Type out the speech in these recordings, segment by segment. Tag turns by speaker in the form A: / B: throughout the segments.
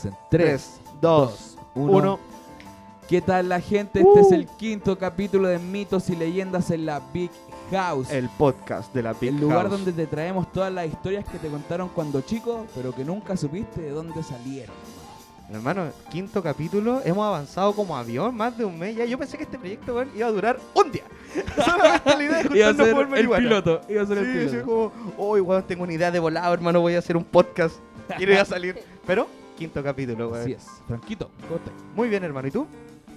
A: dicen. Tres,
B: 2,
A: uno.
B: 1.
A: ¿Qué tal la gente? Este
B: Uh.
A: es el quinto capítulo de mitos y leyendas en la Big House.
B: El podcast de la Big
A: El lugar
B: House.
A: donde te traemos todas las historias que te contaron cuando chico, pero que nunca supiste de dónde salieron.
B: Hermano, quinto capítulo, hemos avanzado como avión más de un mes ya. Yo pensé que este proyecto weón, iba a durar un día. Solamente la idea de
A: Iba a
B: juntarnos a
A: ser
B: fumar
A: el
B: marihuana.
A: piloto. Iba a ser el
B: Sí, sí,
A: piloto.
B: como, hoy weón, tengo una idea de volado, hermano, voy a hacer un podcast. Y no iba a salir. Pero, quinto capítulo, weón.
A: Así es. Franquito, ¿cómo estás?
B: Muy bien, hermano. ¿Y tú?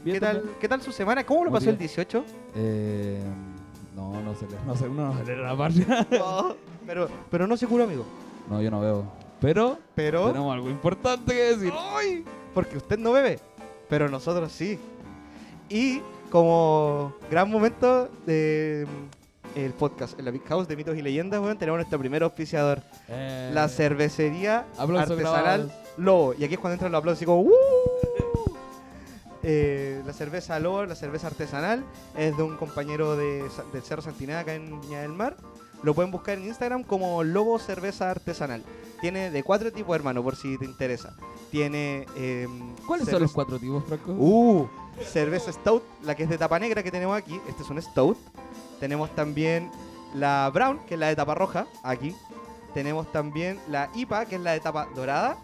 A: ¿Bien
B: ¿Qué tal,
A: también?
B: ¿Qué tal su semana? ¿Cómo lo
A: Muy
B: pasó el
A: bien.
B: 18?
A: Eh, no, no sé, no sé, uno no se lee la parte.
B: Oh, pero, pero no se curó, amigo.
A: No, yo no veo. Pero
B: Pero.
A: tenemos algo importante que decir.
B: ¡Ay! Porque usted no bebe, pero nosotros sí. Y como gran momento de mm, el podcast en la Big House de mitos y leyendas, bueno, tenemos nuestro primer auspiciador,
A: Eh,
B: la cervecería
A: aplausos
B: artesanal
A: grabados.
B: Lobo. Y aquí es cuando entran los aplausos y como "¡Uh!". Eh, la cerveza Lobo, la cerveza artesanal, es de un compañero de, Sa- del Cerro Santinada acá en Viña del Mar. Lo pueden buscar en Instagram como Lobo Cerveza Artesanal. Tiene de cuatro tipos, hermano, por si te interesa. Tiene... em,
A: ¿Cuáles
B: cerveza-
A: son los cuatro tipos, Franco?
B: Uh, cerveza stout, la que es de tapa negra que tenemos aquí. Este es un stout. Tenemos también la brown, que es la de tapa roja, aquí. Tenemos también la IPA, que es la de tapa dorada.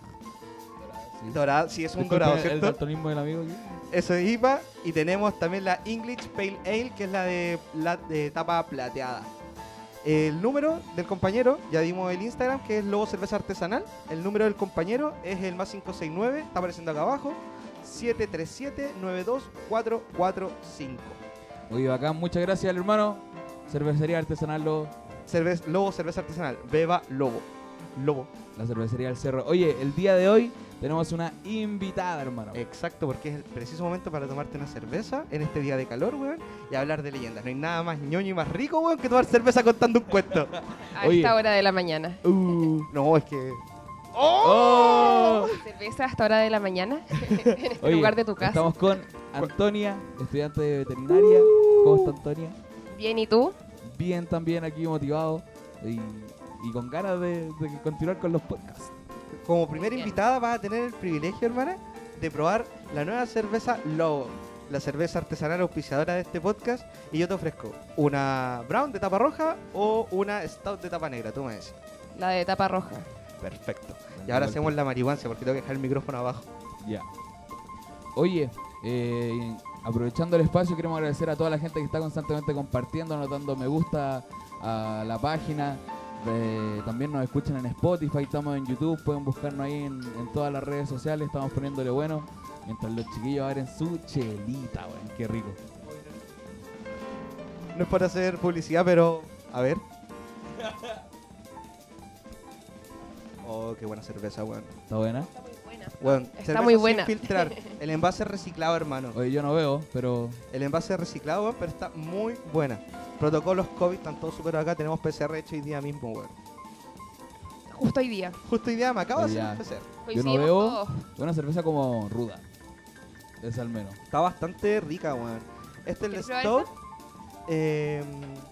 A: Sí.
B: Dorada, sí, es un
A: Disculpe
B: dorado,
A: el- El
B: ¿cierto?
A: daltonismo del amigo aquí.
B: Eso es IPA. Y tenemos también la English Pale Ale, que es la de, la de tapa plateada. El número del compañero, ya dimos el Instagram, que es Lobo Cerveza Artesanal. El número del compañero es el más 569, está apareciendo acá abajo, 737-92445.
A: Oye, bacán, muchas gracias al hermano. Cervecería Artesanal Lobo,
B: Cerve- Lobo Cerveza Artesanal, beba Lobo. Lobo.
A: la cervecería del cerro. Oye, el día de hoy tenemos una invitada, hermano.
C: Eh.
B: Exacto, porque es el preciso momento para tomarte una cerveza en este día de calor, weón, y hablar de leyendas. No hay nada más ñoño y más rico, weón, que tomar cerveza contando un cuento.
C: A
A: Oye.
C: esta hora de la mañana.
A: Uh.
B: No, es que.
A: Oh.
C: ¿Cerveza a esta hora de la mañana? en este
A: Oye,
C: lugar de tu casa.
A: Estamos con Antonia, estudiante de veterinaria. ¿Cómo está Antonia?
C: Bien, ¿y tú?
A: Bien también aquí motivado y, y con ganas de, de continuar con los podcasts.
B: Como primera
C: Bien.
B: invitada vas a tener el privilegio, hermana, de probar la nueva cerveza Lobo, la cerveza artesanal auspiciadora de este podcast. Y yo te ofrezco una brown de tapa roja o una stout de tapa negra, tú me dices.
C: La de tapa roja.
B: Perfecto. Y ahora hacemos la marihuancia porque tengo que dejar el micrófono abajo.
A: Ya. Oye, eh, aprovechando el espacio, queremos agradecer a toda la gente que está constantemente compartiendo, anotando me gusta a la página. de- también nos escuchan en Spotify, estamos en YouTube, pueden buscarnos ahí en, en todas las redes sociales, estamos poniéndole bueno. Mientras los chiquillos abren su chelita, weón, qué rico.
B: No es para hacer publicidad, pero. A ver. Oh, qué buena cerveza, weón.
A: ¿Está buena?
C: Está muy buena.
B: Weón,
C: Está
B: cerveza
C: muy
B: sin
C: buena.
B: filtrar. El envase es reciclado, hermano.
A: Oye, yo no veo, pero
B: El envase es reciclado, weón, pero está muy buena. Protocolos COVID están todos superados acá. Tenemos PCR hecho hoy día mismo, weón.
C: Justo hoy día.
B: Justo hoy día me acabo de hacer
A: Ya.
B: un PCR.
C: Coincidimos
A: veo.
C: todos.
A: es una cerveza como ruda. Es al menos.
B: Está bastante rica, weón. Este es el
C: ¿Quieres probar
B: Stout. Eh,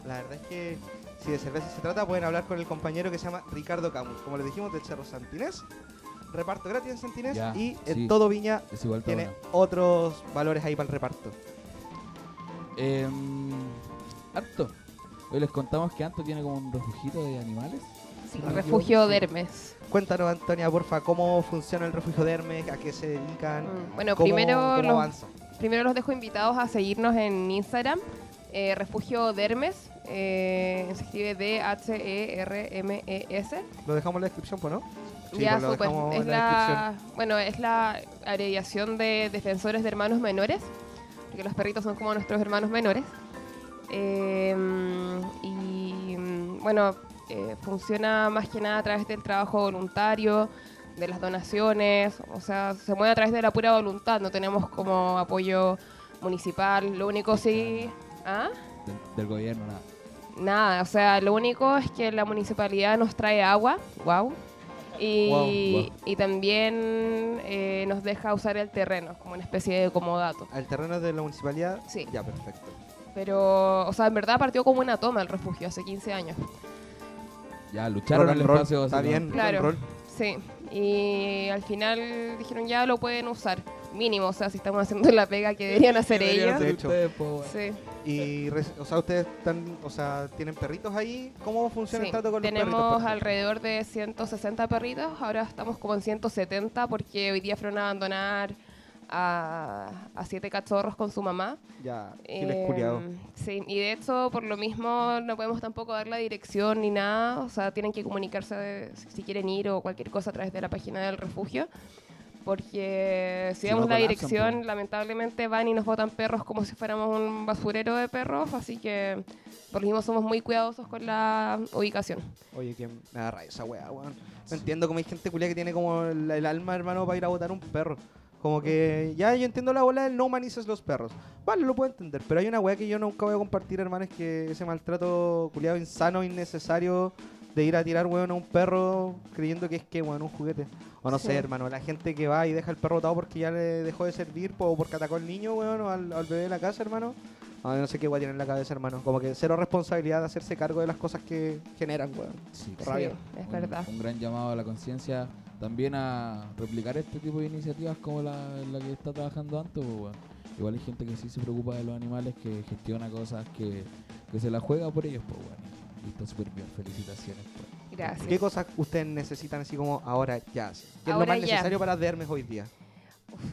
B: la verdad es que si de cerveza se trata, pueden hablar con el compañero que se llama Ricardo Camus. Como les dijimos, del Cerro Santinés. Reparto gratis en Santinés.
A: Ya,
B: y en
A: sí.
B: todo Viña
A: Es igual está
B: tiene
A: buena.
B: otros valores ahí para el reparto.
A: Em, Anto, hoy les contamos que Anto tiene como un refugito de animales.
C: Sí,
A: Ah,
C: refugio
A: yo-
C: de Hermes.
B: Cuéntanos, Antonia, porfa, cómo funciona el refugio de Hermes, a qué se dedican.
C: Mm, Bueno,
B: ¿Cómo,
C: primero
B: cómo
C: los,
B: avanza?
C: Primero los dejo invitados a seguirnos en Instagram, eh, Refugio Dermes, eh, se escribe E D-H-E-R-M-E-S.
B: Lo dejamos en la descripción, pues, ¿no?
C: ya,
B: pues lo
C: súper.
B: dejamos
C: Es
B: en la
C: la, bueno, es la abreviación de Defensores de Hermanos Menores, porque los perritos son como nuestros hermanos menores. Eh, y mm, bueno, eh, funciona más que nada a través del trabajo voluntario, de las donaciones, o sea, se mueve a través de la pura voluntad, no tenemos como apoyo municipal, lo único sí... ¿Ah?
A: Del, del gobierno, nada.
C: Nada, o sea, lo único es que la municipalidad nos trae agua, wow. Y,
B: Guau,
A: guau.
C: y también eh, nos deja usar el terreno como una especie de comodato.
B: descripción. Al terreno de la municipalidad.
C: Sí.
B: Ya, perfecto.
C: Pero, o sea, en verdad partió como una toma el refugio hace 15 años.
A: Ya lucharon
B: Rock
A: en
B: and
A: el
B: roll,
A: espacio.
B: Está
A: así, ¿no?
B: bien, rock and
C: Claro.
B: roll.
C: Sí, y Y al final dijeron, ya lo pueden usar. Mínimo, o sea, si estamos haciendo la pega que deberían hacer
B: Deberían
C: ellos.
B: hacer. De hecho.
A: Ustedes, pues, po, weón.
C: Sí,
B: Y, re- o sea, ustedes están, o sea, tienen perritos ahí. ¿Cómo funciona
C: sí.
B: el trato con los perritos? por
C: Tenemos
B: ejemplo?
C: alrededor de 160 perritos, ahora estamos como en 170 porque hoy día fueron a abandonar a, a siete cachorros con su mamá.
B: Ya, giles
C: Eh,
B: culiados.
C: sí, y de hecho, por lo mismo, no podemos tampoco dar la dirección ni nada. O sea, tienen que comunicarse de- si si quieren ir o cualquier cosa a través de la página del refugio. Porque si
A: Si
C: damos
A: no,
C: la
A: colapsan,
C: dirección,
A: pues.
C: lamentablemente van y nos botan perros como si fuéramos un basurero de perros. Así que, por lo mismo, somos muy cuidadosos con la ubicación.
B: Oye, que me da rabia esa weá, weón. No entiendo cómo hay gente culia que tiene como el, el alma, hermano, para ir a votar un perro. Como que ya yo entiendo la bola del no humanices los perros. Vale, lo puedo entender, pero hay una weá que yo nunca voy a compartir, hermano, es que ese maltrato culiado insano, innecesario de ir a tirar weón a un perro creyendo que es que weón, un juguete. O no
C: Sí.
B: sé, hermano, la gente que va y deja el perro botado porque ya le dejó de servir po- o porque atacó al niño, weón, o al, al bebé de la casa, hermano. Ay, no sé qué weá tiene en la cabeza, hermano. Como que cero responsabilidad de hacerse cargo de las cosas que generan, weón.
A: Sí,
C: Sí,
B: Rabia.
C: es
A: un-
C: verdad.
A: Un gran llamado a la conciencia también a replicar este tipo de iniciativas como la, la que está trabajando Anto. po, weón. Igual hay gente que sí se preocupa de los animales, que gestiona cosas, que, que se la juega por ellos. Pues, Y está súper bien, felicitaciones. po.
C: Gracias.
B: ¿Qué cosas ustedes necesitan así como ahora ya? así? ¿Qué es lo
C: Ahora
B: más
C: ya.
B: necesario para Dermes hoy día?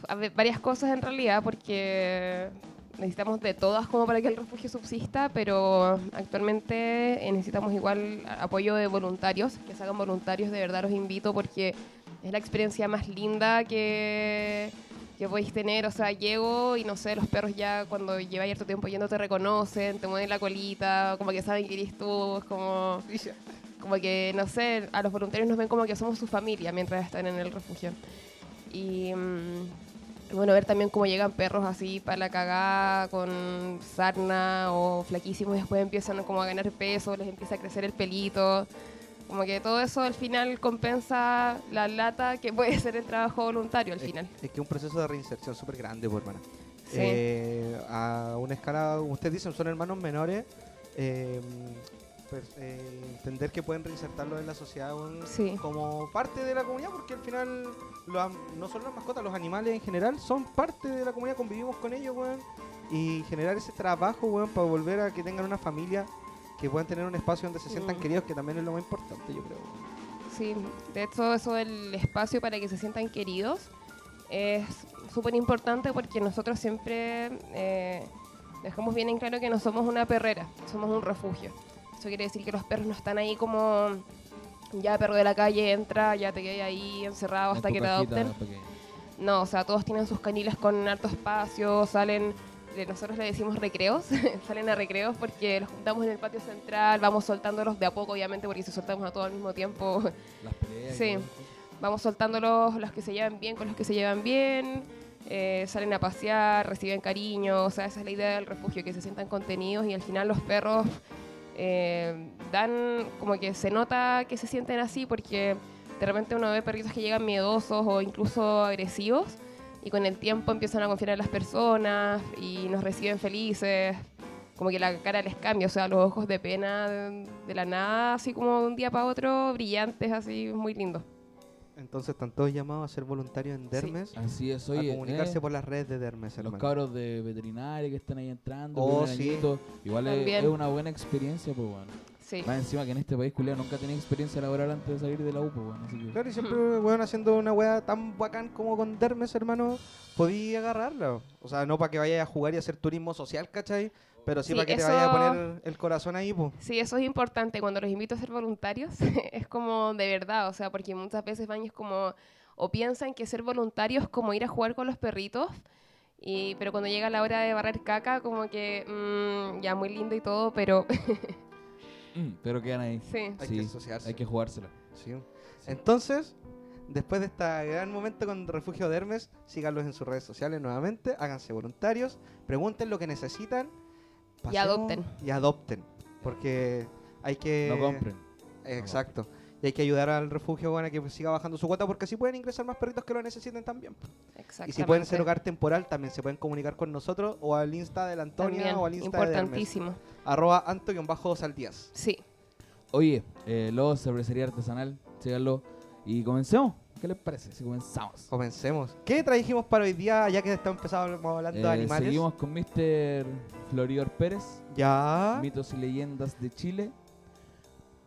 C: a ver, varias cosas en realidad porque necesitamos de todas como para que el refugio subsista, pero actualmente eh, necesitamos igual a- apoyo de voluntarios, que se hagan voluntarios, de verdad los invito porque es la experiencia más linda que, que podéis tener, o sea, llego y no sé, los perros ya cuando lleva cierto tiempo yendo te reconocen, te mueven la colita, como que saben que eres tú, es como, como que, no sé, a los voluntarios nos ven como que somos su familia mientras están en el refugio. Y mm, bueno, ver también cómo llegan perros así para la cagada, con sarna o flaquísimos, y después empiezan como a ganar peso, les empieza a crecer el pelito. Como que todo eso al final compensa la lata que puede ser el trabajo voluntario al
B: Es-
C: final.
B: Es, que es un proceso de reinserción súper grande, pues, hermana.
C: Sí.
B: Eh, a una escala, como ustedes dicen, son hermanos menores. eh, pues, eh, entender que pueden reinsertarlos en la sociedad weón,
C: Sí.
B: como parte de la comunidad, porque al final los am- no solo las mascotas, los animales en general son parte de la comunidad, convivimos con ellos, weón. Y generar ese trabajo, weón, para volver a que tengan una familia, que puedan tener un espacio donde se sientan
C: Mm.
B: queridos, que también es lo más importante, yo creo. weón.
C: Sí, de hecho eso del espacio para que se sientan queridos es súper importante porque nosotros siempre eh, dejamos bien en claro que no somos una perrera, somos un refugio. Eso quiere decir que los perros no están ahí como ya perro de la calle entra, ya te quedas ahí encerrado hasta
A: En
C: que
A: tu
C: te
A: cajita
C: adopten.
A: pequeña.
C: No, o sea, todos tienen sus caniles con harto espacio, salen, le- nosotros le decimos recreos, salen a recreos porque los juntamos en el patio central, vamos soltándolos de a poco, obviamente, porque si soltamos a todos al mismo tiempo
A: Las peleas. y
C: Sí.
A: todo eso.
C: vamos soltando los, los que se llevan bien con los que se llevan bien, eh, salen a pasear, reciben cariño, o sea, esa es la idea del refugio, que se sientan contenidos y al final los perros eh, dan, como que se nota que se sienten así porque de repente uno ve perritos que llegan miedosos o incluso agresivos y con el tiempo empiezan a confiar en las personas y nos reciben felices. Como que la cara les cambia, o sea, los ojos de pena de de la nada, así como de un día para otro, brillantes, así, muy lindo.
B: Entonces están todos llamados a ser voluntarios en Dermes,
A: Así es,
B: a
A: oye.
B: comunicarse
A: eh,
B: por las redes de Dermes,
A: los
B: hermano.
A: cabros de veterinaria que están ahí entrando,
B: Este Oh,
A: primer
B: sí.
A: añito, igual es,
C: También.
A: es una buena experiencia, pues, weón.
C: Sí.
A: Más encima que en este país, culiao, nunca tenía experiencia laboral antes de salir de la U, pues, weón, así que-
B: Claro, y siempre, weón, haciendo una weá tan bacán como con Dermes, hermano, podí agarrarla. O sea, no para que vayas a jugar y hacer turismo social, ¿cachai? Pero sí,
C: Sí,
B: para que
C: eso-
B: te vayas a poner el corazón ahí, pues.
C: Sí, eso es importante. Cuando los invito a ser voluntarios, es como de verdad, o sea, porque muchas veces van y es como, o piensan que ser voluntarios es como ir a jugar con los perritos, y, pero cuando llega la hora de barrer caca, como que, mm, ya muy lindo y todo, pero
A: Mm, pero quedan ahí.
C: sí,
B: Hay
A: Sí,
B: que asociarse.
A: Hay que jugársela.
B: Sí. Entonces, después de este gran momento con Refugio Dermes, síganlos en sus redes sociales nuevamente, háganse voluntarios, pregunten lo que necesitan.
C: Y adopten.
B: Y adopten. Porque hay que...
A: no compren.
B: Exacto. Y hay que ayudar al refugio bueno, a que siga bajando su cuota porque así pueden ingresar más perritos que lo necesiten también.
C: exactamente.
B: Y si pueden ser hogar temporal, también se pueden comunicar con nosotros o al Insta de la Antonia
C: También,
B: o al Insta de Hermes.
C: importantísimo.
B: Arroba anto-saldías.
C: Sí,
A: Oye, eh, Lobo Cervecería Artesanal, síganlo. Y comencemos. ¿Qué les parece si comenzamos?
B: Comencemos. ¿Qué trajimos para hoy día, ya que estamos empezando hablando de
A: Eh,
B: animales?
A: seguimos con Mr. Florior Pérez,
B: Ya.
A: mitos y leyendas de Chile.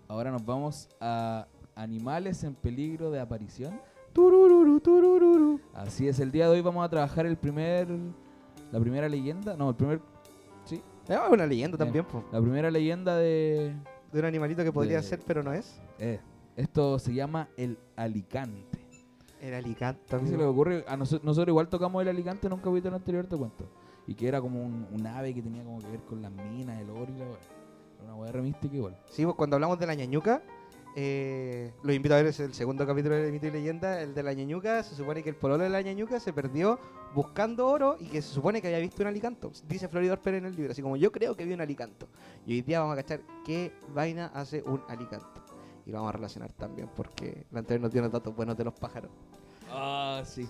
A: Ahora nos vamos a animales en peligro de aparición.
B: Turururu, turururu.
A: Así es, el día de hoy vamos a trabajar el primer, la primera leyenda, no, el primer, sí,
B: Es una leyenda
A: Bien.
B: también, po,
A: la primera leyenda de,
B: de un animalito que podría
A: De-
B: ser, pero no es.
A: eh, esto se llama el Alicante.
B: El Alicante.
A: ¿Qué se
B: amigo.
A: le ocurre? A noso- nosotros igual tocamos el Alicante en un capítulo anterior, te cuento. Y que era como un, un ave que tenía como que ver con las minas, el oro y la weá. Era una weá re mística igual.
B: Sí, pues, cuando hablamos de la ñañuca, eh, los invito a ver es el segundo capítulo de Mito y Leyenda, el de la ñañuca. Se supone que el pololo de la ñañuca se perdió buscando oro y que se supone que había visto un alicanto. Dice Floridor Pérez en el libro, así como yo creo que vi un alicanto. Y hoy día vamos a cachar qué vaina hace un alicanto. Y lo vamos a relacionar también porque la anterior nos dio unos datos buenos de los pájaros.
A: Ah, sí.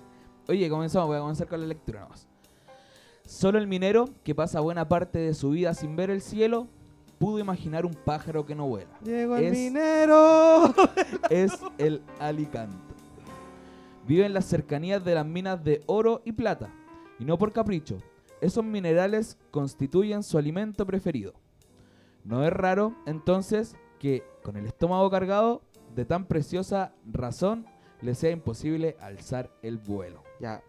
A: Oye, comenzamos, voy a comenzar con la lectura nomás. Solo el minero, que pasa buena parte de su vida sin ver el cielo, pudo imaginar un pájaro que no vuela.
B: Llegó
A: el
B: el minero.
A: es el Alicante. Vive en las cercanías de las minas de oro y plata, y no por capricho. Esos minerales constituyen su alimento preferido. No es raro, entonces, que con el estómago cargado, de tan preciosa razón, le sea imposible alzar el vuelo.
B: ya.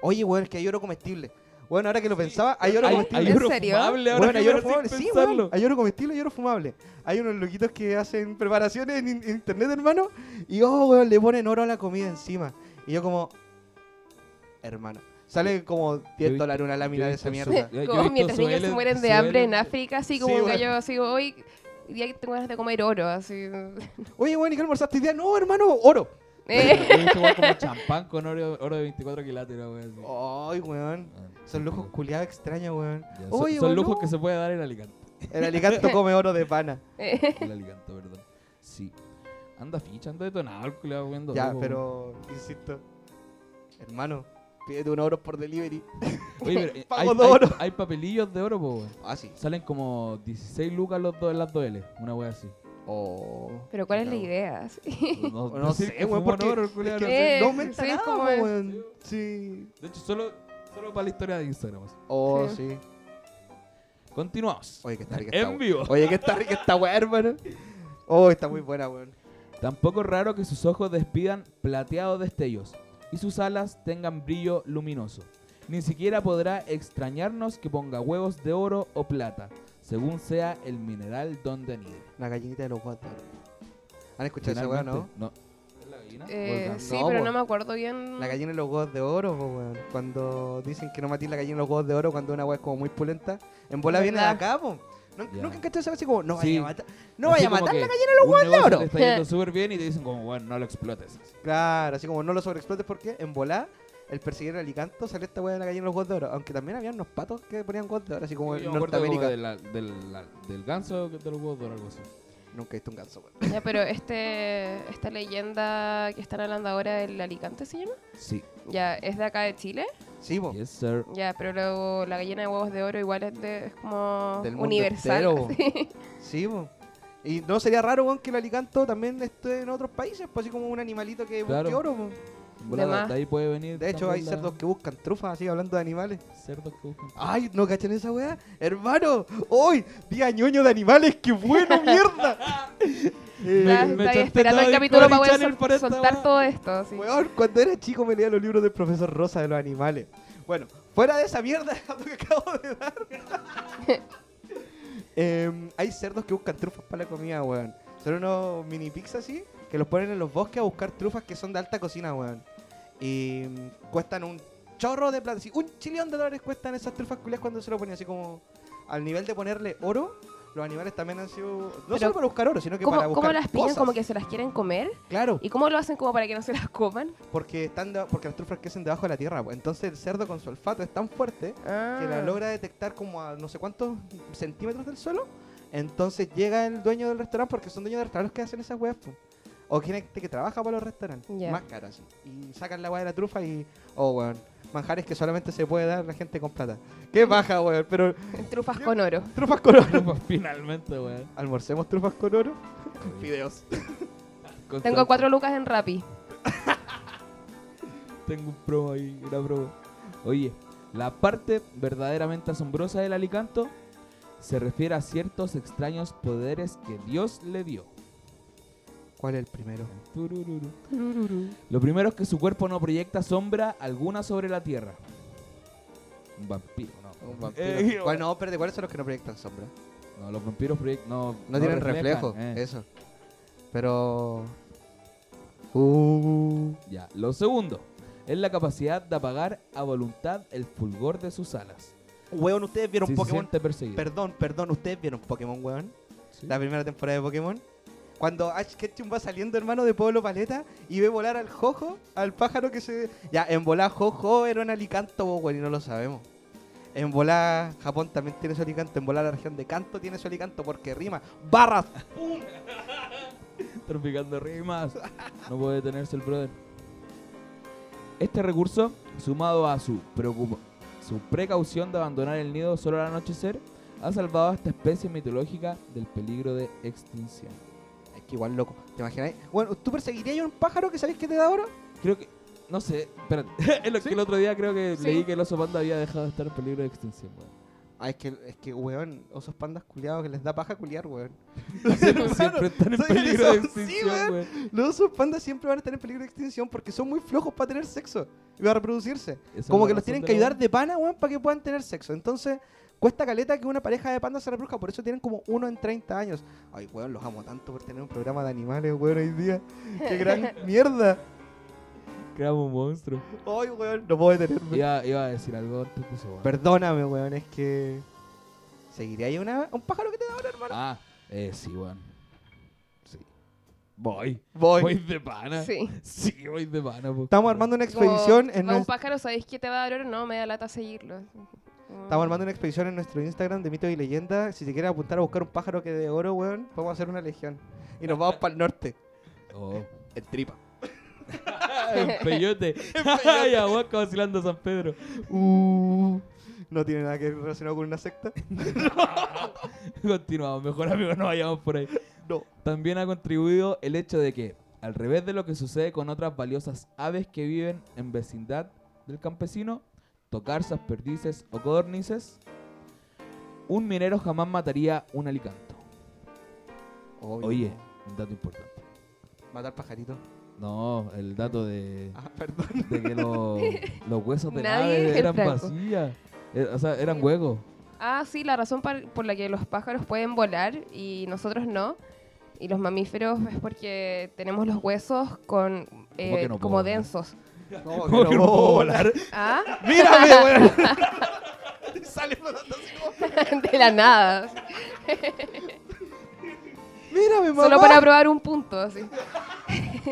B: Oye, weón, es que hay oro comestible. Bueno, ahora que lo pensaba, hay oro
C: Ay,
B: comestible.
C: ay, ¿En serio?
A: fumable ahora
B: Bueno, hay
A: que
B: oro
A: ahora sin
B: fumable, sí,
A: pensarlo.
B: weón. Hay oro comestible y oro fumable. Hay unos loquitos que hacen preparaciones en, in- en internet, hermano, y oh, weón, le ponen oro a la comida encima. Y yo como, hermano, sale como
A: Yo he
B: 10
A: visto-
B: dólares una lámina
A: he
B: de
A: visto
B: esa
A: su-
B: mierda.
A: yo he
C: Como
A: visto
C: mientras niños se
A: suelo-
C: mueren de hambre en
A: suelo-
C: África, así
B: Sí,
C: como un
B: bueno.
C: gallo, así como hoy, hoy día que tengo ganas de comer oro, así.
B: Oye, weón, ¿y qué almorzaste hoy día? No, hermano, oro.
C: Eh,
A: Yo he visto, weón, como champán con oro, oro de 24 quilates. la weá, así.
B: Ay, weón. Oh, Son lujos culiados extraños, weón.
A: Ya, son-
B: Oye,
A: son
B: weón,
A: lujos
B: no.
A: que se puede dar en Alicante.
B: El alicanto come oro de pana.
C: eh.
A: El Alicante, perdón. Sí. Anda ficha, anda detonado el culiao, weón,
B: Ya,
A: loco, weón.
B: pero, insisto, hermano, pídete un oro por delivery.
A: Oye, pero, eh, hay,
B: pago de
A: hay-
B: oro.
A: hay papelillos de oro, po, weón.
B: Ah, sí.
A: Salen como 16 lucas los dos, las dos L. Una wea así.
B: Oh.
C: Pero ¿cuál es la
B: Claro.
C: idea? Así.
A: No,
B: No
A: decir
B: sé,
A: que
B: weón,
A: fuman
B: porque-
A: oro, el culiao,
B: es
A: no
B: que
A: sé.
C: Eh,
B: no aumenta
C: sí,
B: nada,
C: como
B: po,
C: es.
B: weón. Sí.
A: De hecho, solo, solo para la historia de Instagram. así.
B: Oh,
C: Sí.
B: sí.
A: Continuamos.
B: Oye, que está rica esta
A: En
B: weá.
A: vivo.
B: Oye, que está rica esta weá, hermano. Oh, está muy buena, weón.
A: Tampoco es raro que sus ojos despidan plateados destellos y sus alas tengan brillo luminoso. Ni siquiera podrá extrañarnos que ponga huevos de oro o plata, según sea el mineral donde anide.
B: La gallinita de los guantes. ¿Han escuchado esa weá, no?
A: Finalmente, no. ¿Es la gallina?
C: Eh,
B: Volcán.
C: sí,
B: No,
C: pero
A: pues.
B: po.
C: no me acuerdo bien.
B: La gallina de los huevos de oro, po, weón. Cuando dicen que no matís la gallina de los huevos de oro cuando una weá es como muy pulenta. En bola viene de
C: ¿Verdad?
B: acá, po. ¿Nun-
A: Ya.
B: Nunca han cachado esa weá así como, no vaya
A: Sí.
B: a matar. No vaya a matar la gallina de los
A: huevos
B: oro.
A: Te está yendo súper bien y te dicen como, bueno, no lo explotes.
B: Claro, así como no lo sobreexplotes porque en volá el perseguir el alicanto salió esta weá de la gallina de los huevos de oro. Aunque también había unos patos que ponían huevos de oro, así como
A: Yo
B: en
A: me acuerdo como
B: Norteamérica.
A: de la- del, la- del ganso de los huevos de oro, algo así.
B: Nunca he visto un ganso, weón.
C: Ya, pero este, esta leyenda que están hablando ahora del Alicante se llama.
A: Sí.
C: Ya, es de acá de Chile.
B: Sí, po.
A: Oh. Yes, sir.
C: Ya, pero luego la gallina de huevos de oro igual es, de- es como
B: Del mundo
C: universal.
B: entero, po.
C: así.
B: Sí, po. Y no sería raro, weón, que el alicanto también esté en otros países, pues así como un animalito que busque
A: Claro.
B: oro, po.
A: Volá,
C: más.
A: de ahí puede venir.
B: De hecho,
A: también
B: hay
A: la-
B: cerdos que buscan trufas, así hablando de animales.
A: cerdos que buscan.
B: Ay, ¿no cachan esa weá? Hermano, hoy, día ñoño de animales, qué bueno, mierda. Eh,
C: Ya,
A: Me- me
C: estaba
A: chanté
C: esperando
A: todo
C: el
A: el
C: capítulo
A: Discovery
C: para poder
A: Channel
C: sol-
A: por esta
C: soltar
A: weá.
C: todo esto. así.
B: Weón, cuando era chico me leía los libros del profesor Rosa de los animales. Bueno, fuera de esa mierda que acabo de dar. Em, hay cerdos que buscan trufas para la comida, weón. Son unos mini pigs así que los ponen en los bosques a buscar trufas que son de alta cocina, weón. Y mm, cuestan un chorro de plata. así, un chillón de dólares cuestan esas trufas culias cuando se lo ponen así como al nivel de ponerle oro. Los animales también han sido. No
C: Pero,
B: solo para buscar oro, sino que
C: ¿Cómo,
B: para buscar.
C: cómo las pillan
B: cosas.
C: como que se las quieren comer?
B: Claro.
C: ¿Y cómo lo hacen como para que no se las coman?
B: Porque, están deba- porque las trufas crecen debajo de la tierra. pues. Entonces el cerdo con su olfato es tan fuerte que la logra detectar como a no sé cuántos centímetros del suelo. Entonces llega el dueño del restaurante porque son dueños de restaurantes que hacen esas weas. pues. O gente que trabaja para los restaurantes.
C: Ya.
B: Más caras. Y sacan la wea de la trufa y... Oh, weón. Manjares que solamente se puede dar la gente con plata. Qué baja, weón. Pero
C: Trufas con oro.
B: trufas con oro.
A: Pues finalmente, weón.
B: Almorcemos trufas con oro.
A: Oye,
B: Fideos.
A: con
C: Tengo
A: sal-
C: cuatro lucas en Rappi.
A: Tengo un promo ahí, una promo. Oye, la parte verdaderamente asombrosa del Alicanto se refiere a ciertos extraños poderes que Dios le dio.
B: ¿Cuál es el primero?
A: Turururu. Lo primero es que su cuerpo no proyecta sombra alguna sobre la tierra. Un vampiro, no.
B: Un
A: Eh,
B: vampiro. ¿Cuál, no, espérate, ¿cuáles son los que no proyectan sombra?
A: No, los vampiros proyec- no,
B: No, tienen reflejo,
A: reflejan, eh.
B: eso. Pero. Uh,
A: Ya. Lo segundo es la capacidad de apagar a voluntad el fulgor de sus alas.
B: weón, ¿ustedes vieron
A: si se
B: Pokémon?
A: siente perseguido.
B: Perdón, perdón, ¿ustedes vieron Pokémon, weón?
A: Sí.
B: La primera temporada de Pokémon. Cuando Ash Ketchum va saliendo, hermano, de Pueblo Paleta y ve volar al Jojo, al pájaro que se. Ya, en volar Jojo era un alicanto, po, weón, y no lo sabemos. En volar Japón también tiene su alicanto. En volar la región de Canto tiene su alicanto porque rima. ¡Barras!
A: Traficando rimas. No puede detenerse el brother. Este recurso, sumado a su, preocupa- su precaución de abandonar el nido solo al anochecer, ha salvado a esta especie mitológica del peligro de extinción.
B: Es que igual, loco. ¿Te imagináis? Bueno, ¿tú perseguirías a un pájaro que sabéis que te da ahora?
A: Creo que. No sé, espérate. es lo que el otro día creo que
C: Sí.
A: leí que el oso panda había dejado de estar en peligro de extinción, weón.
B: Ah, es que, es que, weón, osos pandas culiados que les da paja culiar, weón.
A: Siempre, pues, siempre están en
B: soy
A: peligro de
B: eso, sí,
A: extinción,
B: weón.
A: weón.
B: Los osos pandas siempre van a estar en peligro de extinción porque son muy flojos para tener sexo y para reproducirse.
A: Esa es
B: Como
A: la
B: que los
A: razón
B: tienen
A: de
B: que
A: la-
B: ayudar de pana, weón, para que puedan tener sexo. Entonces, cuesta caleta que una pareja de pandas se reproduzca. Por eso tienen como uno en 30 años. Ay, weón, los amo tanto por tener un programa de animales, weón, hoy día. ¡Qué gran mierda!
A: Creamos un monstruo.
B: Ay, weón, no puedo detenerme.
A: Iba, iba a decir algo antes de eso, weón.
B: Perdóname, weón, es que... ¿Seguiría ahí una, un pájaro que te da ahora, hermano?
A: Ah, eh, sí, weón. Sí. Voy.
B: Voy.
A: Voy de pana.
C: Sí.
A: Sí, voy de pana. po.
B: Estamos armando una
C: Como,
B: expedición en
C: a un
B: nuestro...
C: pájaro, ¿sabéis que te va a dar oro? No, me da lata seguirlo. Como-
B: Estamos armando una expedición en nuestro Instagram de mitos y leyendas. Si te quieres apuntar a buscar un pájaro que de oro, weón, vamos a hacer una legión. Y nos vamos para el norte.
A: Oh.
B: El tripa.
A: en peyote. Ay, aguasca vacilando San Pedro.
B: Uh, no tiene nada que ver relacionado con una secta.
A: Continuamos, mejor amigo, no vayamos por ahí.
B: No.
A: También ha contribuido el hecho de que, al revés de lo que sucede con otras valiosas aves que viven en vecindad del campesino, tocarzas, perdices o codornices, un minero jamás mataría un alicanto.
B: Obvio.
A: Oye, un dato importante.
B: Matar pajarito.
A: No, el dato de,
B: Ah, perdón.
A: de que lo- los huesos de
C: Nadie es
A: naves
C: el
A: eran
C: Franco.
A: vacías. Eh, O sea, eran huecos.
C: Ah, sí, la razón par- por la que los pájaros pueden volar y nosotros no. Y los mamíferos es porque tenemos los huesos con eh,
A: que no puedo
C: como
A: volar?
C: densos.
B: No,
A: ¿Cómo que no puedo volar?
C: ¿Ah?
B: ¡Mírame, weón! Te sale flotando así como,
C: De la nada.
B: ¡Mírame, mamá!
C: Solo para probar un punto, así.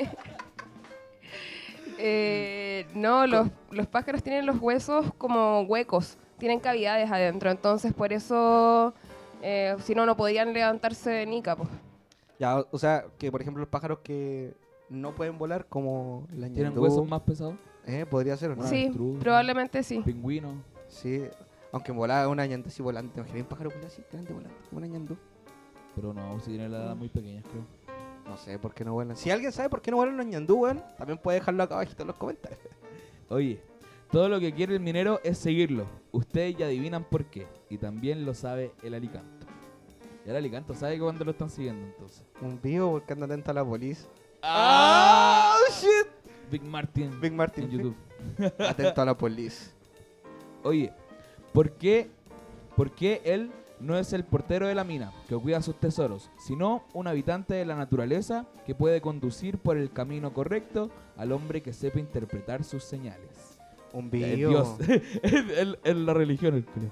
C: Eh, no, los, los pájaros tienen los huesos como huecos, tienen cavidades adentro, entonces por eso, eh, si no, no podrían levantarse de nica. pues.
B: Ya, o- o sea, que por ejemplo los pájaros que no pueden volar como la
A: ¿Tienen
B: ñandú,
A: huesos más pesados?
B: Eh, podría ser, ¿o ¿no?
A: Un
C: Sí,
A: avestruz.
C: probablemente sí.
A: Pingüino.
B: Sí, aunque volaba una ñandú así volante. ¿Te imaginas un pájaro culiao así, grande volante, como una ñandú?
A: Pero no, si tienen la edad muy pequeña, creo.
B: No sé por qué no vuelan. Si alguien sabe por qué no vuelan los ñandú, weón, también puede dejarlo acá abajito en los comentarios.
A: Oye, todo lo que quiere el minero es seguirlo. Ustedes ya adivinan por qué. Y también lo sabe el alicanto. Y el alicanto sabe que cuando lo están siguiendo, entonces.
B: Un vivo porque anda atento a la policía.
A: ¡Ah!
B: shit!
A: Big Martin
B: Big Martin.
A: en YouTube.
B: Atento a la policía.
A: Oye, ¿por qué, ¿por qué él no es el portero de la mina que cuida sus tesoros, sino un habitante de la naturaleza que puede conducir por el camino correcto al hombre que sepa interpretar sus señales?
B: Un
A: Ya, Es
B: vivo.
A: Dios. Es- es- es la religión, el culo.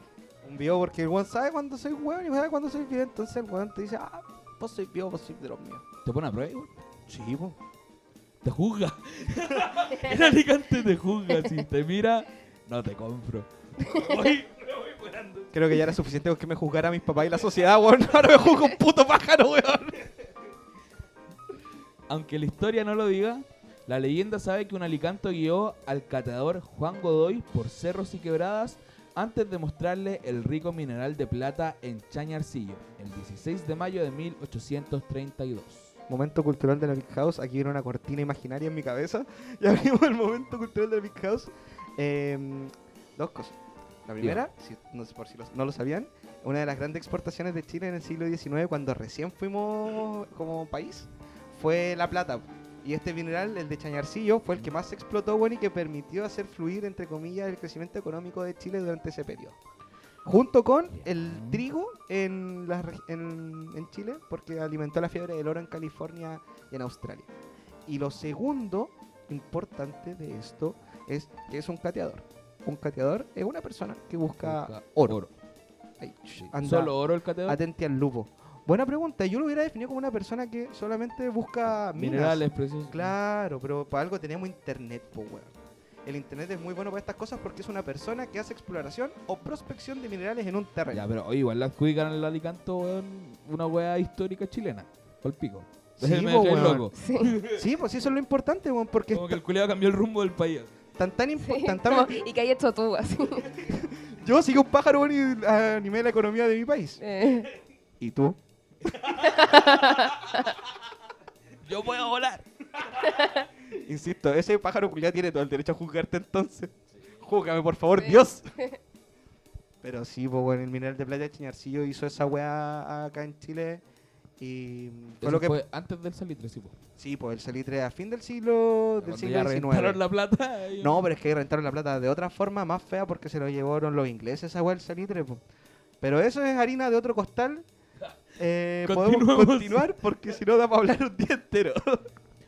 B: Un vivo porque el weón sabe cuándo soy weón y sabe cuándo soy vivo. Entonces el weón te dice, ah, vos sois vivo, vos sois de los míos.
A: ¿Te pone a prueba? igual.
B: Sí, po.
A: Te juzga. el alicante te juzga. Si te mira, no te compro.
B: Creo que ya era suficiente con que me juzgara a mis papás y la sociedad, weón. Ahora me juzga un puto pájaro, weón.
A: Aunque la historia no lo diga, la leyenda sabe que un alicanto guió al catador Juan Godoy por cerros y quebradas antes de mostrarle el rico mineral de plata en Chañarcillo, el 16 de mayo de 1832.
B: Momento cultural de la Big House. Aquí viene una cortina imaginaria en mi cabeza. Y abrimos el momento cultural de la Big House. Em, dos cosas. La primera, si, no, sé por si los- no lo sabían, una de las grandes exportaciones de Chile en el siglo XIX, cuando recién fuimos como país, fue la plata. Y este mineral, el de Chañarcillo, fue el que más se explotó, bueno, y que permitió hacer fluir, entre comillas, el crecimiento económico de Chile durante ese periodo. Junto con el
A: Ya.
B: trigo en, las regi- en, en Chile, porque alimentó la fiebre del oro en California y en Australia. Y lo segundo importante de esto es que es un cateador. Un cateador es una persona que busca,
A: Busca
B: oro. Ay,
A: Sí.
B: anda.
A: Solo oro el cateador.
B: Atenti al lupo. Buena pregunta. Yo lo hubiera definido como una persona que solamente busca minas.
A: Minerales, preciosos.
B: Claro, pero para algo tenemos internet, po, weón. El internet es muy bueno para estas cosas porque es una persona que hace exploración o prospección de minerales en un terreno.
A: Ya, pero oye, igual la adjudican al Alicanto, weón, una weá histórica chilena. Por pico.
B: Sí,
A: Me
B: po,
A: dejáis
B: weón.
A: loco.
C: Sí.
B: Sí, pues eso es lo importante, weón, porque
A: Como
B: es
A: que el culiado cambió el rumbo del país.
B: tan tan
C: Sí,
B: importante.
C: como, y que hay hecho tú, así.
B: Yo sigo un pájaro, weón, y ah, animé la economía de mi país.
C: Eh,
B: ¿Y tú?
A: Yo puedo volar.
B: Insisto, ese pájaro culiado tiene todo el derecho a juzgarte entonces. Júgame, por favor, Dios. Pero sí, pues bueno, el mineral de plata de Chiñarcillo hizo esa weá acá en Chile. Y fue lo que.
A: fue antes del salitre, sí, po.
B: Sí, pues el salitre a fin del siglo,
A: Cuando
B: del
A: ya
B: siglo XIX.
A: reventaron la plata. ahí-
B: No, pero es que rentaron la plata de otra forma más fea porque se lo llevaron los ingleses esa weá el salitre. po. Pero eso es harina de otro costal. Eh, podemos
A: Continuemos.
B: continuar porque si no da para hablar un día entero.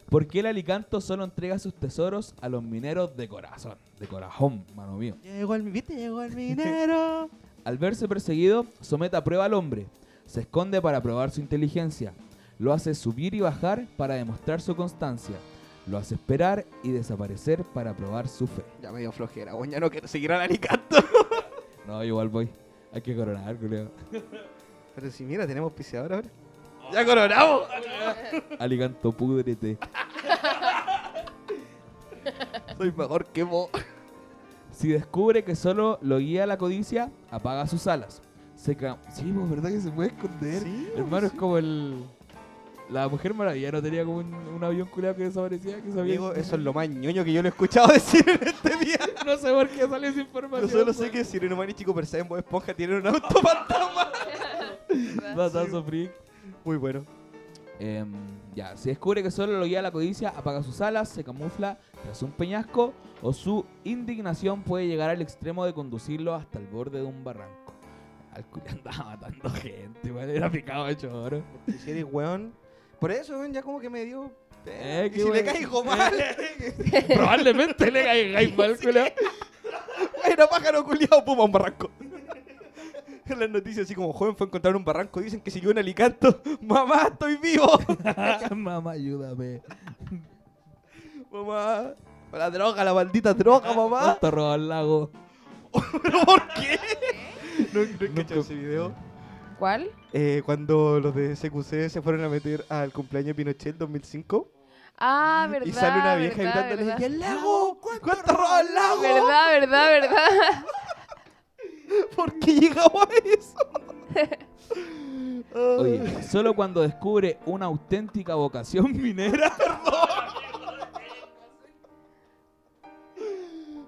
A: ¿Por qué el Alicanto solo entrega sus tesoros a los mineros de corazón? De corazón, mano mío.
B: Llegó el, ¿viste? Llegó el minero.
A: Al verse perseguido, somete a prueba al hombre. Se esconde para probar su inteligencia. Lo hace subir y bajar para demostrar su constancia. Lo hace esperar y desaparecer para probar su fe.
B: Ya me dio flojera, weón, ya no quiero seguir al Alicanto.
A: No, igual voy. Hay que coronar, creo.
B: Pero si mira, tenemos piseador ahora. ¡Ya coronamos!
A: Alicanto, púdrete.
B: Soy mejor que vos.
A: Si descubre que solo lo guía la codicia, apaga sus alas. Se ca- Sí, pues, ¿verdad que se puede esconder? Hermano, es como el... La Mujer Maravilla no tenía como un, un avión culeado que desaparecía, que sabía...
B: Amigo, eso es lo más ñoño que yo lo he escuchado decir en este día.
A: No sé por qué sale esa
B: Yo
A: información.
B: solo sé
A: weón.
B: que Sireno Man y Chico Persá en Bob Esponja tienen un auto fantasma.
A: Datazo freak.
B: Muy bueno.
A: Em, ya, si descubre que solo lo guía la codicia, apaga sus alas, se camufla tras un peñasco o su indignación puede llegar al extremo de conducirlo hasta el borde de un barranco. Al culo andaba matando gente, weón, era picado de choro.
B: Porque si eres weón. Por eso, weón, ya como que me dio.
A: Eh,
B: Eh,
A: qué
B: y si le
A: weón.
B: caigo mal.
A: Probablemente le caigáis mal, culo.
B: Era pájaro culiado, pum, a un barranco. En las noticias, así como joven fue a encontrar un barranco, dicen que siguió en Alicanto. ¡Mamá, estoy vivo!
A: Mamá, ayúdame.
B: ¡Mamá! La droga, la maldita droga, mamá.
A: Te robó el lago.
B: ¿Pero por qué? No, no he cachado
A: Nunca-
B: ese video.
C: ¿Cuál?
B: Eh, cuando los de CQC se fueron a meter al cumpleaños de Pinochet 2005
C: Ah, verdad.
B: y sale una vieja
C: verdad,
B: gritándole
C: verdad.
B: ¡Y el lago! ¿Cuánto roba el lago?
C: Verdad, verdad, verdad.
B: ¿Por qué llegamos a eso? Ay,
A: Oye, solo cuando descubre una auténtica vocación minera.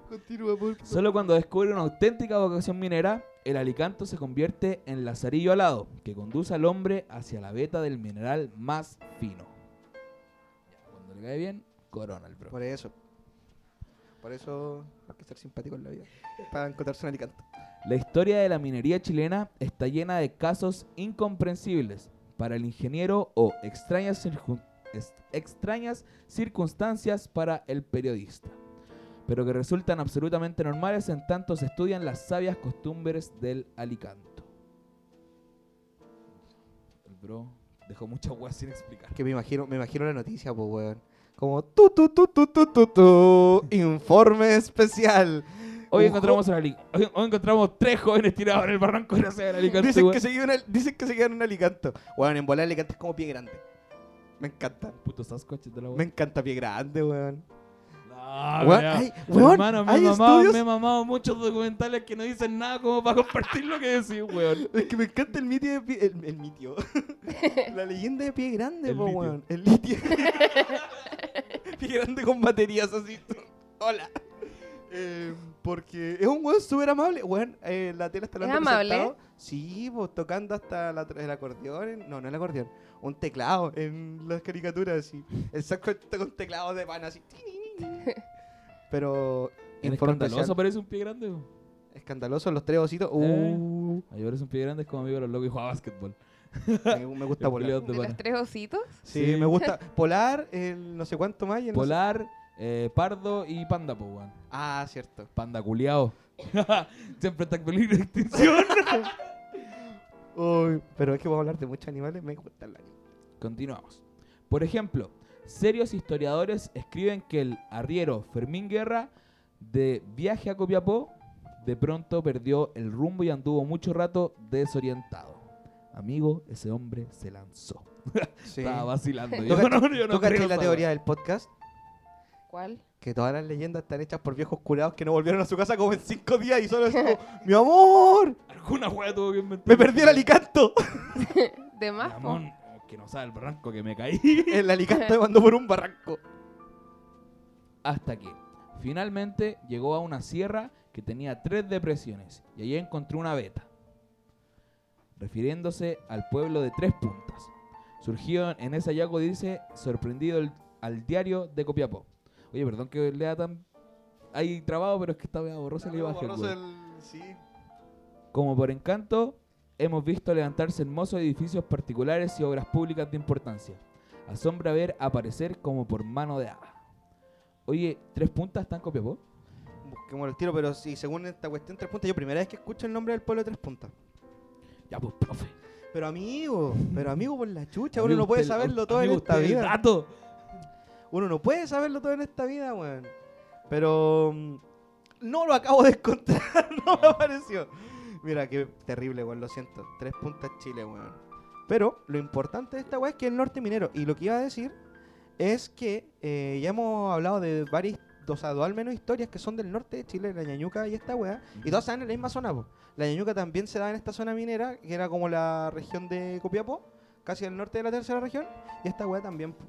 B: Continúa, por favor.
A: Solo cuando descubre una auténtica vocación minera, el alicanto se convierte en lazarillo alado, que conduce al hombre hacia la veta del mineral más fino. Ya, Cuando le cae bien, corona el bro.
B: Por eso. Por eso hay que ser simpático en la vida. Para encontrarse en Alicante.
A: La historia de la minería chilena está llena de casos incomprensibles para el ingeniero o extrañas, circun- es- extrañas circunstancias para el periodista, pero que resultan absolutamente normales en tanto se estudian las sabias costumbres del alicanto. El bro dejó muchas weas sin explicar.
B: Que me imagino, me imagino la noticia, pues, weón. Como tu, tu, tu, tu, tu, tu, tu, informe especial.
A: Hoy
B: Un
A: encontramos, al ali- hoy, hoy encontramos tres jóvenes tirados en el barranco gracias al alicanto.
B: Dicen
A: weón.
B: que, se quedaron dicen que se quedaron en Alicanto. Weón, en volar Alicante es como pie grande. Me encanta.
A: Puto Sasquatch de la wea.
B: Me encanta pie grande, weón.
A: No, Ah,
B: Weón,
A: weá.
B: hay- weón,
A: Hermano, me he,
B: hay
A: mamado,
B: estudios-
A: me he mamado muchos documentales que no dicen nada como para compartir lo que decís, weón.
B: Es que me encanta el mitio de pie. El, el mitio. La leyenda de pie grande,
A: El
B: po,
A: litio.
B: weón. El litio. pie grande con baterías así. Hola. Eh, porque es un weón súper amable. Weón, eh, la tela está
C: ¿Es
B: hablando
C: amable?
B: sentado. Sí, pues tocando hasta la, el acordeón. en- no, no el acordeón. Un teclado en las caricaturas así. El saco está con teclados de pan así. Pero.
A: Es
B: informe
A: escandaloso, Eh.
B: especial.
A: parece un pie grande. weón.
B: Escandaloso, los tres ositos. Uh,
A: Ahí parece un pie grande, es como amigo de los locos y juega a básquetbol.
B: me, me gusta
A: El
B: volar.
A: culiao
C: De
A: te para.
C: los tres ositos.
B: Sí,
A: Sí.
B: me gusta. Polar, el no sé cuánto más. y el no sé-
A: Polar, eh, pardo y panda, pues, weón.
B: Ah, cierto.
A: Panda culiao. Siempre está en peligro de extinción.
B: Uy, pero es que vamos a hablar de muchos animales. Me gusta el animal.
A: Continuamos. Por ejemplo, serios historiadores escriben que el arriero Fermín Guerra, de viaje a Copiapó, de pronto perdió el rumbo y anduvo mucho rato desorientado. Amigo, ese hombre se lanzó.
B: Sí.
A: Estaba vacilando.
B: ¿Tú
A: Yo
B: cachai-
A: no, yo no
B: ¿Tú cachai
A: creo
B: la
A: esa
B: teoría del podcast?
C: ¿Cuál?
B: Que todas las leyendas están hechas por viejos curados que no volvieron a su casa como en cinco días y solo es como, ¡Mi amor!
A: wea. Alguna hueá tuvo que inventar.
B: ¡Me perdí el alicanto!
C: De más. po.
A: Ramón, que no sabe el barranco que me caí.
B: El alicanto me mandó por un barranco.
A: Hasta que finalmente llegó a una sierra que tenía tres depresiones y allí encontró una veta, refiriéndose al pueblo de Tres Puntas. Surgido en ese hallazgo, dice, sorprendido el- al diario de Copiapó. Oye, perdón que lea tan... Ahí trabado, pero es que estaba borrosa la imagen.
B: Borroso
A: weón.
B: el- sí.
A: Como por encanto, hemos visto levantarse hermosos edificios particulares y obras públicas de importancia. Asombra ver aparecer como por mano de hada. Oye, ¿tres puntas están Copiapó?
B: Busquemos el tiro, pero sí, según esta cuestión, tres puntas. Yo primera vez que escucho el nombre del pueblo de tres puntas.
A: Ya, pues, profe.
B: Pero amigo, pero amigo por la chucha,
A: Amigo,
B: uno no puede
A: usted-
B: saberlo
A: usted-
B: todo en este
A: amigo,
B: esta
A: usted es
B: vida.
A: dato.
B: Uno no puede saberlo todo en esta vida, weón. Pero mm, no lo acabo de encontrar, no me apareció. Mira, qué terrible, weón, lo siento. Tres puntas Chile, weón. Pero lo importante de esta weá es que es el norte minero. Y lo que iba a decir es que eh, ya hemos hablado de varias, o sea, dos al menos historias que son del norte de Chile, la ñañuca y esta weá. Y todas están en la misma zona, po. La ñañuca también se da en esta zona minera, que era como la región de Copiapó, casi al norte de la tercera región. Y esta weá también, po.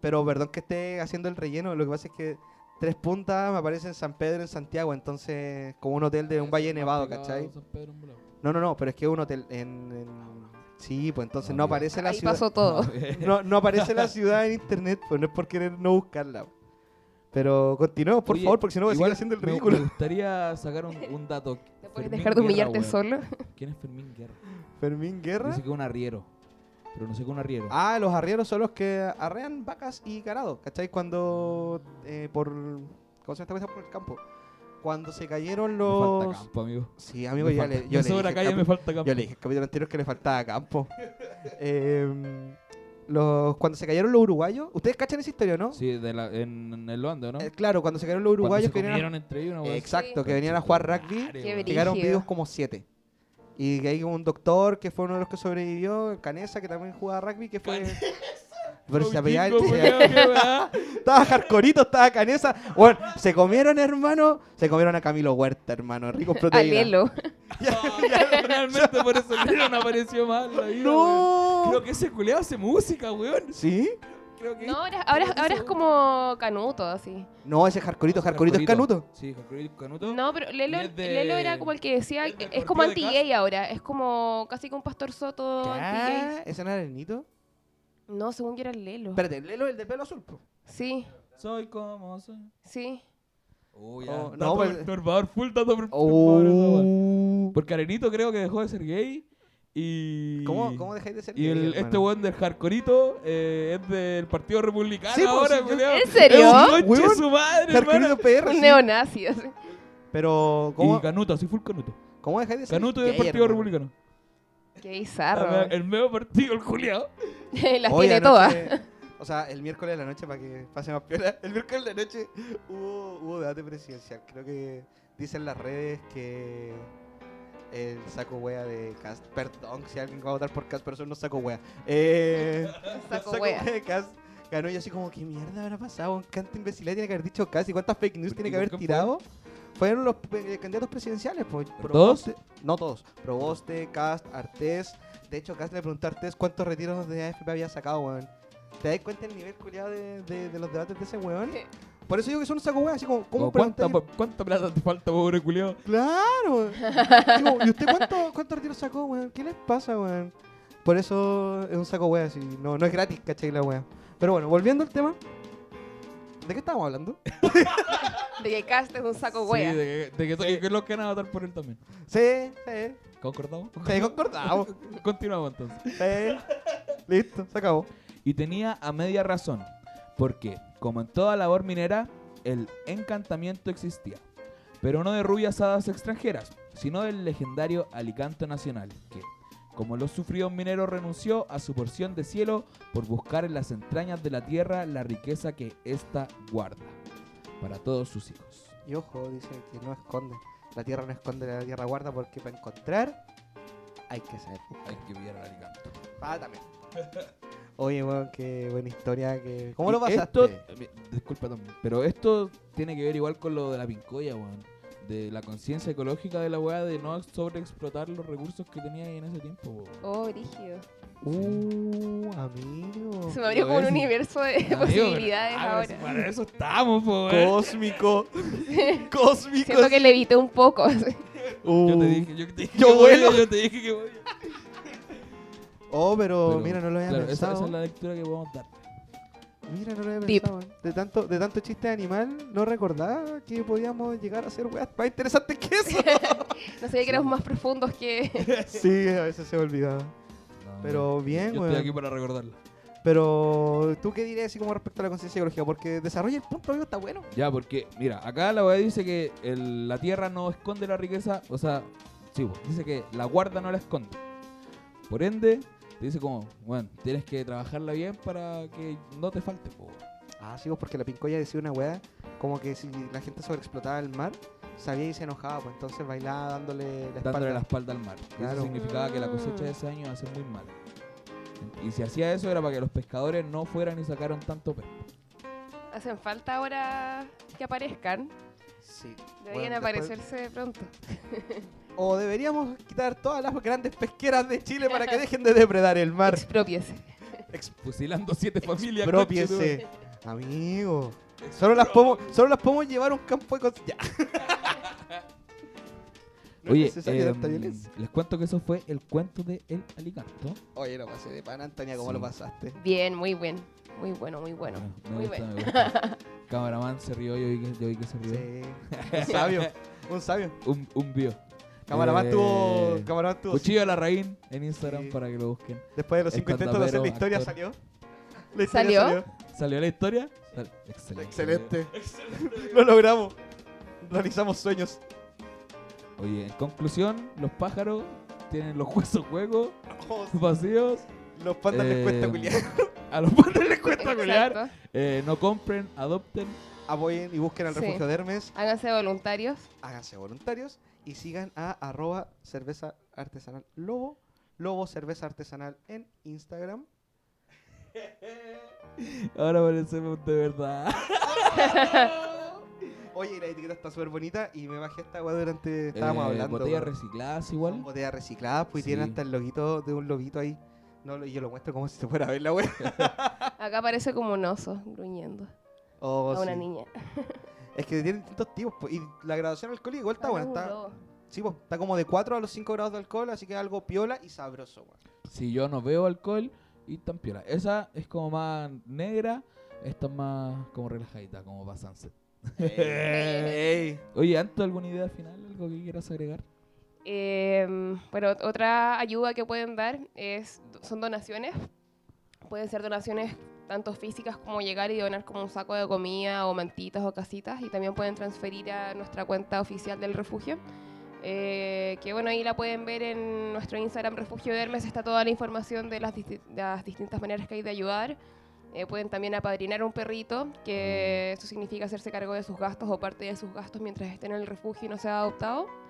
B: Pero perdón que esté haciendo el relleno, lo que pasa es que tres puntas me aparece en San Pedro, en Santiago, entonces como un hotel de un valle nevado, ¿cachai? No, no, no, pero es que es un hotel en... en- Sí, pues entonces
A: No,
B: no
A: mira.
B: aparece la
C: Ahí
B: ciudad.
C: pasó todo.
A: eh,
B: No, no aparece la ciudad en internet, pues no es por querer no buscarla. Pero continuemos, por
A: Oye,
B: favor, porque si no voy a seguir
A: Igual
B: haciendo el
A: me- Me
B: ridículo.
A: gustaría sacar un, un dato.
C: ¿No puedes
A: Fermín
C: dejar de
A: Guerra,
C: humillarte
A: weón.
C: solo?
A: ¿Quién es Fermín Guerra?
B: Fermín Guerra.
A: Dice que es un arriero. Pero no sé qué es un arriero.
B: Ah, los arrieros son los que arrean vacas y ganados, ¿cachai? Cuando eh, por ¿cómo se llama esta cuestión? por el campo. Cuando se cayeron
A: Me
B: los
A: falta campo, amigo.
B: Sí, amigo,
A: Me
B: yo
A: falta-
B: le, yo
A: me
B: le
A: sobra
B: dije
A: calle,
B: capi-
A: me falta campo.
B: yo le dije el capítulo anterior que le faltaba campo. Em, los cuando se cayeron los uruguayos, ustedes cachan esa historia, ¿no?
A: Sí, de la, en, en el Londres, ¿no?
B: Eh, claro, cuando se cayeron los
A: Cuando
B: uruguayos
A: se
B: que venían a-
A: comieron entre ellos una weá así.
B: Exacto, que venían a jugar rugby.
A: Madre,
C: Qué
A: weón.
C: brillo.
B: Llegaron
C: Brígido.
B: vivos como siete. Y que hay un doctor que fue uno de los que sobrevivió, Canesa, que también jugaba rugby, que fue. Pero si se apellidaba-
A: Vikingo,
B: se-
A: culiao, qué weá.
B: Estaba hardcoreito, estaba Canesa. Bueno, se comieron, hermano. Se comieron a Camilo Huerta, hermano. Rico en
C: Al
B: proteína.
C: hielo.
A: Realmente por eso el no apareció mal. la vida, weón. Creo
B: ¡No!
A: que ese culeado hace música, weón.
B: ¿Sí?
A: Creo que.
C: No, ahora, ahora, ahora es como Canuto, así.
B: No, ese hardcoreito, hardcoreito es Canuto.
A: Sí, Hardcoreito es Canuto.
C: No, pero Lelo,
A: Y es de-
C: Lelo era como el que decía,
A: es del
C: es como
A: partido de
C: anti-gay ahora, es como casi que un pastor soto
B: ¿Qué?
C: anti-gay.
B: ¿Ese no era el Nito?
C: No, según yo era el Lelo.
B: Espérate, Lelo, el del pelo azul. po.
C: Sí,
A: Soy como soy.
C: sí.
A: Oh,
B: ya.
A: no,
B: Dato
A: dato
B: pues-
A: perturbador, full dato perturbador. esa weá.
B: Oh.
A: Porque Arenito creo que dejó de ser gay. Y.
B: ¿Cómo, ¿Cómo dejáis de ser
A: Y
B: gay,
A: el,
B: hermano?
A: este weón del hardcorito eh, es del Partido Republicano
B: Sí, pues,
A: ahora,
B: sí, yo-
A: culiao.
C: ¿En serio?
A: Es un conche
B: Weón,
A: su madre, hermano.
B: Hardcoreito PR.
C: Un
B: sí.
C: neonazi, así.
B: Pero,
A: Y
B: ¿cómo,
A: Canuto, así full Canuto.
B: ¿cómo dejáis de ser
A: Canuto
B: gay,
A: del Partido
B: hermano?
A: Republicano.
C: Qué
A: La
C: bizarro.
A: wea- el medio partido, el culiao.
C: Las
B: Ah, Hoy
C: tiene todas.
B: anoche- O sea, el miércoles de la noche, para que pase más piola, el miércoles de la noche hubo, hubo debate presidencial. Creo que dicen las redes que el saco wea de Cast, perdón si alguien va a votar por Cast, pero eso no es saco wea. Eh, el
C: Saco wea.
B: de Cast ganó y yo así como, ¿qué mierda habrá pasado? ¿Cuánta imbecilidad tiene que haber dicho casi? ¿Cuántas fake news
A: Pero,
B: tiene
A: ¿y
B: que
A: por
B: haber
A: qué fue?
B: tirado? Fueron los eh, candidatos presidenciales, pues.
A: todos?
B: Proboste- No todos. Proboste, Cast, Artés. De hecho, Cast le preguntó a Artés cuántos retiros de AFP había sacado, weón. ¿Te das cuenta el nivel culiado de, de- de los debates de ese weón?
C: Sí.
B: Por eso digo que son un saco weón, así como,
A: Como,
B: ¿cómo
A: ¿cuánta,
B: preguntáis?
A: po- ¿Cuánta plata te falta, pobre culiao?
B: Claro. Digo, ¿Y usted cuánto, cuánto retiro sacó, weón? ¿Qué les pasa, weón? Por eso es un saco weón, así. No, no es gratis, ¿cachai? La weón. Pero bueno, volviendo al tema. ¿De qué estábamos hablando?
C: De que Cast es un saco
A: Sí,
C: wea.
A: de que, de que, to- que los que van a votar por él también.
B: Sí, sí.
A: ¿Concordamos?
B: Sí, concordamos.
A: Continuamos entonces.
B: Sí. Listo, se acabó.
A: Y tenía a media razón, porque, como en toda labor minera, el encantamiento existía. Pero no de rubias hadas extranjeras, sino del legendario Alicanto Nacional, que, como lo sufrió un minero, renunció a su porción de cielo por buscar en las entrañas de la tierra la riqueza que ésta guarda para todos sus hijos.
B: Y ojo, dicen que no esconde. La tierra no esconde, la tierra guarda porque para encontrar hay que saber.
A: Hay que pillar al Alicanto.
B: Ah, también. Oye, weón, qué buena historia. Que... ¿Cómo lo
A: Y
B: pasaste?
A: Esto, disculpa, Tom, pero esto tiene que ver igual con lo de la pincoya, weón. De la conciencia ecológica de la weá de no sobreexplotar los recursos que tenía ahí en ese tiempo, weón.
C: Oh, rígido.
B: Uh, amigo.
C: Se me abrió como un
A: Ese.
C: universo de
A: Oh, Amigo,
C: posibilidades
A: pero- ah, pero si
C: ahora.
A: Para eso estamos, po, weón.
B: Cósmico. Cósmico. Uh.
C: Siento que levité un poco. así.
A: Yo te dije, yo te dije
B: Yo
A: que
B: vuelo.
A: voy, yo te dije que voy.
B: Oh, pero,
A: Pero,
B: mira, no lo había
A: claro, esa-
B: pensado.
A: Esa, es la lectura que podemos dar.
B: Mira, no lo había
C: Tip.
B: pensado. De tanto, de tanto chiste de animal, no recordaba que podíamos llegar a ser weas más interesantes que eso.
C: No sabía que éramos más profundos que...
B: sí, a veces se olvidaba.
A: No, no.
B: Pero bien,
A: yo
B: weón.
A: estoy aquí para recordarla.
B: Pero, ¿tú qué dirías así como respecto a la conciencia ecológica? Porque desarrolla el punto, amigo, está bueno.
A: Ya, porque, mira, acá la weá dice que el- la tierra no esconde la riqueza, o sea, sí, po, dice que la guarda no la esconde. Por ende, te dice como, bueno, tienes que trabajarla bien para que no te falte, po.
B: Ah, sí, pues, porque la pincoya decía una wea como que si la gente sobreexplotaba el mar, sabía y se enojaba, pues entonces bailaba dándole la espalda.
A: dándole la espalda al mar. Y
B: Claro.
A: Eso significaba que la cosecha de ese año iba a ser muy mala. Y si hacía eso era para que los pescadores no fueran y sacaron tanto pez.
C: Hacen falta ahora que aparezcan.
B: Sí.
C: Deberían
B: Bueno, después-
C: aparecerse pronto.
B: O deberíamos quitar todas las grandes pesqueras de Chile para que dejen de depredar el mar.
C: Expropiese.
A: Fusilando siete familias.
B: Expropiense. Amigo. Solo las, podemos, solo las podemos llevar a un campo de cons- Ya. No es
A: Oye,
B: necesaria tanta
A: em,
B: violencia.
A: les cuento que eso fue el cuento de El Alicanto.
B: Oye, lo pasé de pan, Antonia, ¿cómo
A: Sí.
B: lo pasaste?
C: Bien, muy bien. Muy bueno, muy bueno.
A: Me
C: Muy
A: gusta, me
C: bueno.
A: gusta. Cameraman se rió, yo vi que, yo vi que se rió.
B: Sí. Un sabio. Un sabio.
A: Un, un bio.
B: Camaraman
A: Eh,
B: tuvo. Camaraman tuvo.
A: Cuchillo a la raíz en Instagram
B: Sí.
A: para que lo busquen.
B: Después de los cinco intentos de hacer la
A: Estandapero,
B: historia,
A: actor.
B: salió. La historia
C: ¿Salió?
B: salió.
A: ¿Salió la historia? Sal- Excelente.
B: Excelente. Lo logramos. Realizamos sueños.
A: Oye, en conclusión, los pájaros tienen los huesos huecos,
B: Oh,
A: vacíos.
B: los pandas les cuesta
A: Eh,
B: culiar.
A: A los pájaros les cuesta culiar.
C: Exacto.
A: Eh, no compren, adopten.
B: apoyen y busquen al
C: Sí.
B: refugio de Hermes,
C: Háganse voluntarios.
B: háganse voluntarios y sigan a arroba cerveza artesanal lobo, lobo cerveza artesanal en Instagram.
A: Ahora parecemos de verdad.
B: Oye, y la etiqueta está súper bonita y me bajé esta weá durante estábamos
A: Estamos
B: hablando.
A: Eh, Botellas
B: weón.
A: recicladas
B: Son
A: igual.
B: botellas recicladas, pues y
A: Sí.
B: tienen hasta el loguito de un lobito ahí. No, lo- yo lo muestro como si se fuera a ver la wea.
C: Acá aparece como un oso gruñendo
B: Oh,
C: a una
B: sí.
C: niña.
B: Es que tienen distintos tipos. pues, Y la graduación alcohólica igual está
C: Ah,
B: buena.
C: no,
B: Está,
C: no.
B: sí, pues, está como de 4 a los 5 grados de alcohol, así que algo piola y sabroso. weón.
A: Si yo no veo alcohol y tan piola. Esa es como más negra. Esta es más como relajadita, como para sunset. Oye, ¿antes alguna idea final? ¿Algo que quieras agregar?
C: Eh, bueno, ot- otra ayuda que pueden dar es, son donaciones. Pueden ser donaciones tanto físicas como llegar y donar como un saco de comida o mantitas o casitas. Y también pueden transferir a nuestra cuenta oficial del refugio. Eh, que bueno, ahí la pueden ver en nuestro Instagram Refugio de Hermes. Está toda la información de las, disti- las distintas maneras que hay de ayudar. Eh, pueden también apadrinar un perrito, que eso significa hacerse cargo de sus gastos o parte de sus gastos mientras estén en el refugio y no sea adoptado.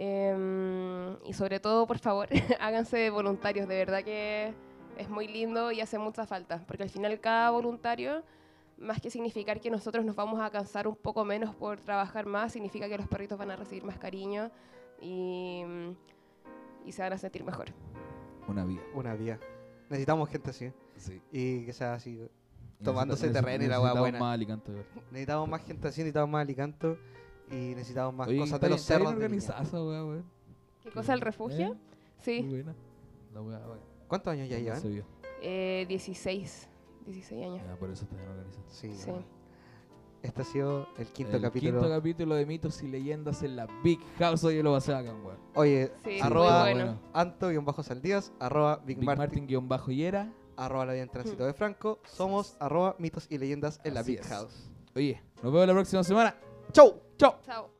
C: Em, y sobre todo, por favor, háganse voluntarios. De verdad que es muy lindo y hace mucha falta, porque al final cada voluntario, más que significar que nosotros nos vamos a cansar un poco menos por trabajar más, significa que los perritos van a recibir más cariño y, y se van a sentir mejor.
A: Una vida.
B: Una vía. Necesitamos gente así.
A: Sí.
B: Y que sea así.
A: Y
B: Tomándose
A: necesita-
B: terreno y la hueá
A: necesitamos
B: buena.
A: más Alicante, weón.
B: Necesitamos más gente así, necesitamos más Alicanto. Y necesitamos más
A: Oye,
B: cosas
A: está
B: de los
A: bien- está bien
B: cerros. de Viña.
A: organizada esa hueá, weón.
C: ¿Qué cosa el refugio?
A: Eh,
C: Sí,
A: Muy buena. La hueá, weón.
B: ¿Cuántos años ya
A: No
B: llevan?
A: se vio.
C: eh, 16, 16 años.
A: Ya, por eso está bien organizada.
B: Sí.
C: Sí.
B: bueno. Este ha sido el quinto
A: El
B: capítulo.
A: Quinto capítulo de mitos y leyendas en la Big House. Oye, lo pasé bacán, weón.
B: Oye,
C: Sí,
B: arroba
C: muy bueno.
B: anto-saldías, arroba Big,
A: Big
B: Martin,
A: Martin guión bajo Yera.
B: arroba la vida en tránsito de Franco. Somos arroba mitos y leyendas en la
A: Así
B: Big
A: es.
B: House.
A: Oye, nos vemos la próxima semana.
B: ¡Chau!
A: Chao.
C: Chao.